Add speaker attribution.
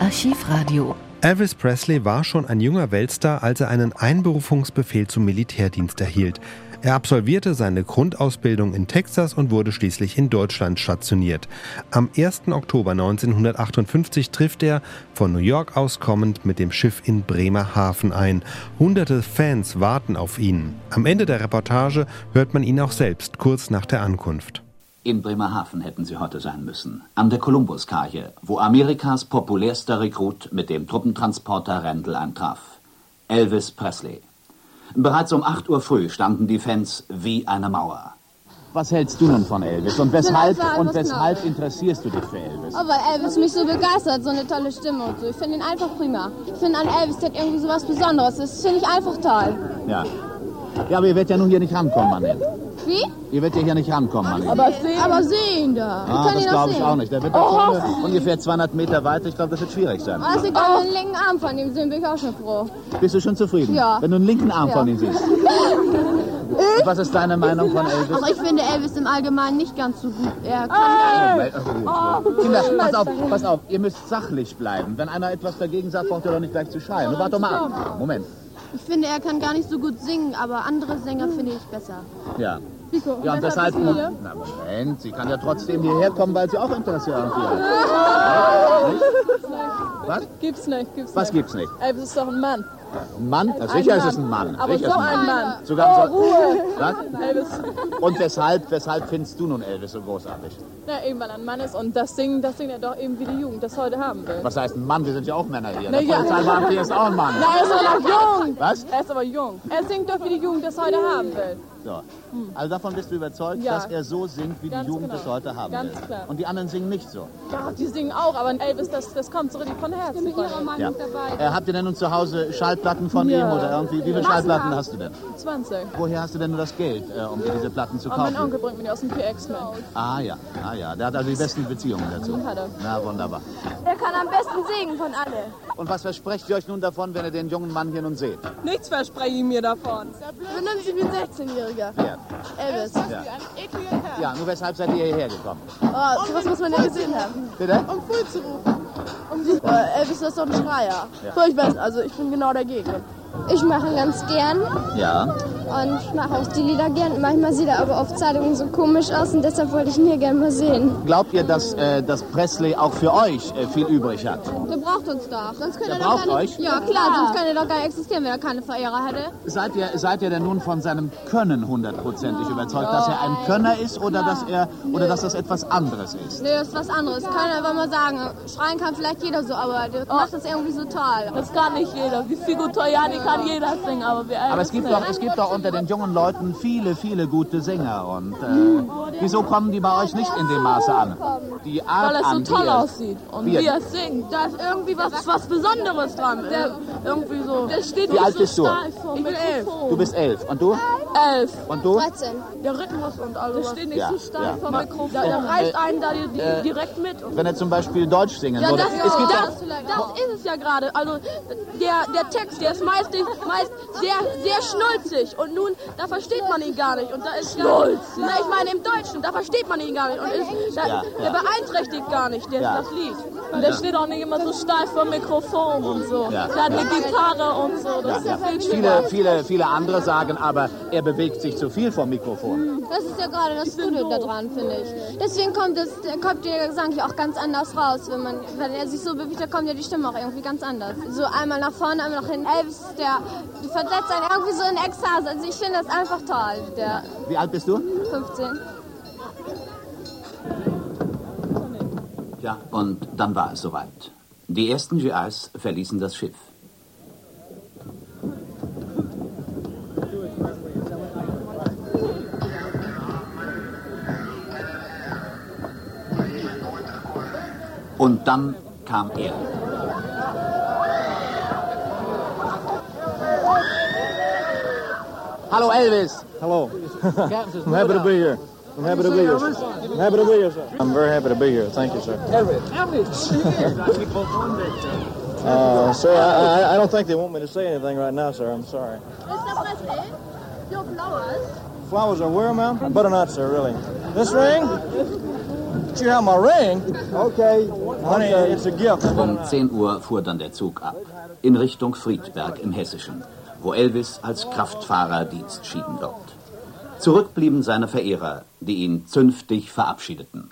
Speaker 1: Archivradio.
Speaker 2: Elvis Presley war schon ein junger Weltstar, als er einen Einberufungsbefehl zum Militärdienst erhielt. Er absolvierte seine Grundausbildung in Texas und wurde schließlich in Deutschland stationiert. Am 1. Oktober 1958 trifft er, von New York aus kommend, mit dem Schiff in Bremerhaven ein. Hunderte Fans warten auf ihn. Am Ende der Reportage hört man ihn auch selbst, kurz nach der Ankunft.
Speaker 3: In Bremerhaven hätten sie heute sein müssen, an der Kolumbuskaje, wo Amerikas populärster Rekrut mit dem Truppentransporter Randall eintraf. Elvis Presley. Bereits um 8 Uhr früh standen die Fans wie eine Mauer.
Speaker 4: Was hältst du nun von Elvis und weshalb und weshalb interessierst du dich für Elvis?
Speaker 5: Oh, weil Elvis mich so begeistert, so eine tolle Stimme und so. Ich finde ihn einfach prima. Ich finde an Elvis, der hat irgendwie so was Besonderes. Das finde ich einfach toll.
Speaker 4: Ja. Ja, aber ihr werdet ja nun hier nicht rankommen, Manette.
Speaker 5: Wie?
Speaker 4: Ihr werdet ja hier nicht rankommen, Manette.
Speaker 5: Aber sehen. Aber sehen da. Wir
Speaker 4: Ah,
Speaker 5: können
Speaker 4: das
Speaker 5: ihn doch
Speaker 4: glaube ich
Speaker 5: sehen. Oh.
Speaker 4: auch nicht. Der wird doch schon ungefähr 200 Meter weiter. Ich glaube, das wird schwierig sein.
Speaker 5: Aber das liegt an den linken Arm von ihm, sind bin ich auch schon froh.
Speaker 4: Bist du schon zufrieden?
Speaker 5: Ja.
Speaker 4: Wenn du einen linken Arm
Speaker 5: Ja.
Speaker 4: von ihm siehst. Was ist deine Meinung von Elvis?
Speaker 5: Also ich finde Elvis im Allgemeinen nicht ganz so gut. Er kann
Speaker 4: also, Kinder, pass auf, pass auf, ihr müsst sachlich bleiben. Wenn einer etwas dagegen sagt, braucht ihr doch nicht gleich zu schreien. Nun, warte doch mal ab. Moment.
Speaker 5: Ich finde, er kann gar nicht so gut singen, aber andere Sänger finde ich besser.
Speaker 4: Ja. Ja, und deshalb. Na, Moment, sie kann ja trotzdem hierher kommen, weil sie auch Interesse an dir hat.
Speaker 6: Gibt's nicht, gibt's
Speaker 4: Was
Speaker 6: nicht.
Speaker 4: gibt's nicht?
Speaker 6: Elvis ist doch ein Mann.
Speaker 4: Ein Mann? Na, sicher ist es ein Mann.
Speaker 6: Aber
Speaker 4: sicher
Speaker 6: so
Speaker 4: ist es
Speaker 6: ein Mann.
Speaker 4: Sogar so. Was?
Speaker 6: Elvis,
Speaker 4: Und weshalb, weshalb findest du nun Elvis so großartig?
Speaker 6: na, eben weil er ein Mann ist und das Singen, das singt er doch eben wie die Jugend das heute haben will.
Speaker 4: Was heißt ein Mann? Wir sind ja auch Männer hier.
Speaker 6: Na
Speaker 4: Der
Speaker 6: ja.
Speaker 4: Polizeibeamte ist auch ein Mann.
Speaker 6: Na, er ist aber noch jung.
Speaker 4: Was?
Speaker 6: Er ist aber jung. Er singt doch wie die Jugend das heute haben will.
Speaker 4: So. Also davon bist du überzeugt,
Speaker 6: Hm. Ja.
Speaker 4: dass er so singt, wie
Speaker 6: Ganz
Speaker 4: die Jugend
Speaker 6: genau.
Speaker 4: es heute haben
Speaker 6: Ganz
Speaker 4: will.
Speaker 6: klar.
Speaker 4: Und die anderen singen nicht so.
Speaker 6: Ja, die singen auch, aber ein Elvis, das, das kommt so richtig von Herzen. von ihm.
Speaker 4: Ja. Äh, habt ihr denn nun zu Hause Schallplatten von ihm oder irgendwie? Wie viele Schallplatten hast du denn?
Speaker 6: 20.
Speaker 4: Woher hast du denn nur das Geld, äh, um dir diese Platten zu
Speaker 6: Aber Oh, mein
Speaker 4: kaufen?
Speaker 6: Onkel bringt mir die aus dem PX mit.
Speaker 4: Ah ja, ah ja, der hat also die besten Beziehungen dazu.
Speaker 6: Hat er.
Speaker 4: Na wunderbar.
Speaker 5: Er kann am besten singen von alle.
Speaker 4: Und was versprecht ihr euch nun davon, wenn ihr den jungen Mann hier nun seht?
Speaker 6: Nichts verspreche ich mir davon.
Speaker 5: Benimmt sich wie ein 16-Jähriger.
Speaker 4: Ja,
Speaker 5: Elvis.
Speaker 4: ja nur weshalb seid ihr hierher gekommen?
Speaker 5: Oh, sowas muss man ja gesehen haben.
Speaker 4: Bitte?
Speaker 5: Um voll zu rufen. Äh, Elvis ist doch ein Schreier.
Speaker 4: Ja.
Speaker 5: So, ich weiß, also ich bin genau dagegen. Ich mache ihn ganz gern
Speaker 4: Ja.
Speaker 5: und ich mache auch die Lieder gern. Manchmal sieht er aber auf Zeitungen so komisch aus und deshalb wollte ich ihn hier gern mal sehen.
Speaker 4: Glaubt ihr, dass, äh, dass Presley auch für euch äh, viel übrig hat?
Speaker 5: Der braucht uns doch. Sonst könnte
Speaker 4: Der er doch braucht gar nicht- euch?
Speaker 5: Ja, klar, sonst könnte er doch gar nicht existieren, wenn er keine Verehrer hätte.
Speaker 4: Seid ihr, seid ihr denn nun von seinem Können hundertprozentig überzeugt, dass er ein Könner ist oder dass er oder dass das etwas anderes ist?
Speaker 5: Nee, das ist was anderes. Kann einfach mal sagen. Schreien kann vielleicht jeder so, aber der macht das irgendwie so toll.
Speaker 7: Das kann nicht jeder. Wie Figo Toyani kann jeder singen, aber wir
Speaker 4: Aber es gibt doch, es gibt doch unter den jungen Leuten viele, viele gute Sänger und äh, wieso kommen die bei euch nicht in dem Maße an? Die Art
Speaker 7: weil es so
Speaker 4: an,
Speaker 7: toll
Speaker 4: wie er-
Speaker 7: aussieht und
Speaker 4: wie
Speaker 7: wie
Speaker 4: er-
Speaker 7: er singt. Da ist irgendwie was, was Besonderes dran. irgendwie so. Der steht
Speaker 4: Wie alt bist du?
Speaker 7: vor ich bin elf.
Speaker 4: Du bist elf und du?
Speaker 7: elf.
Speaker 4: Und du?
Speaker 5: 13.
Speaker 7: Der Rhythmus und alles. Der steht nicht
Speaker 4: Ja,
Speaker 7: so stark
Speaker 4: ja.
Speaker 7: vom
Speaker 4: Ma- Äh,
Speaker 7: Mikrofon. Da, da reißt einen da die, die, direkt mit.
Speaker 4: Wenn er zum Beispiel Deutsch singen würde.
Speaker 7: das,
Speaker 4: es gibt
Speaker 7: das, das ist es ja gerade. Also der, der Text, der ist meist, nicht- meist sehr, sehr schnulzig. Und nun, da versteht man ihn gar nicht. Und da ist Schnulz. Na, ich meine im Deutschen, da versteht man ihn gar nicht. Und ist, da,
Speaker 4: Ja, ja.
Speaker 7: der beeinträchtigt gar nicht der,
Speaker 4: Ja.
Speaker 7: das Lied.
Speaker 6: Und der steht auch nicht immer so steif vor dem Mikrofon und so.
Speaker 4: Ja.
Speaker 6: Der hat eine Gitarre und so. Das
Speaker 4: ja,
Speaker 6: ist viel
Speaker 4: viele, viele, viele andere sagen aber, er bewegt sich zu viel vom Mikrofon.
Speaker 5: Das ist ja gerade das Gute daran, finde ich. Deswegen kommt, das, kommt der Gesang hier auch ganz anders raus. Wenn, man, wenn er sich so bewegt, dann kommt ja die Stimme auch irgendwie ganz anders. So einmal nach vorne, einmal nach hinten. Elvis, der versetzt einen irgendwie so in Ekstase. Also ich finde das einfach toll, der
Speaker 7: Mhm.
Speaker 4: Wie alt bist du?
Speaker 5: 15.
Speaker 3: Ja, und dann war es soweit. Die ersten GIs verließen das Schiff. Und dann kam er.
Speaker 4: Hallo Elvis.
Speaker 8: Hello. I'm happy to be here. I'm happy to be here. sir. I'm happy to be here, sir. I'm very happy to be here. Thank you, sir. Uh, sir, I, I, I don't think they want me to say anything right now, sir. I'm sorry. Flowers are where, ma'am? Better not, sir, really. This ring? Did you have my ring? Okay. Honey, it's a gift.
Speaker 4: Um 10 Uhr fuhr dann der Zug ab, in Richtung Friedberg im Hessischen, wo Elvis als Kraftfahrer Dienst schieden wird. Zurück blieben seine Verehrer, die ihn zünftig verabschiedeten.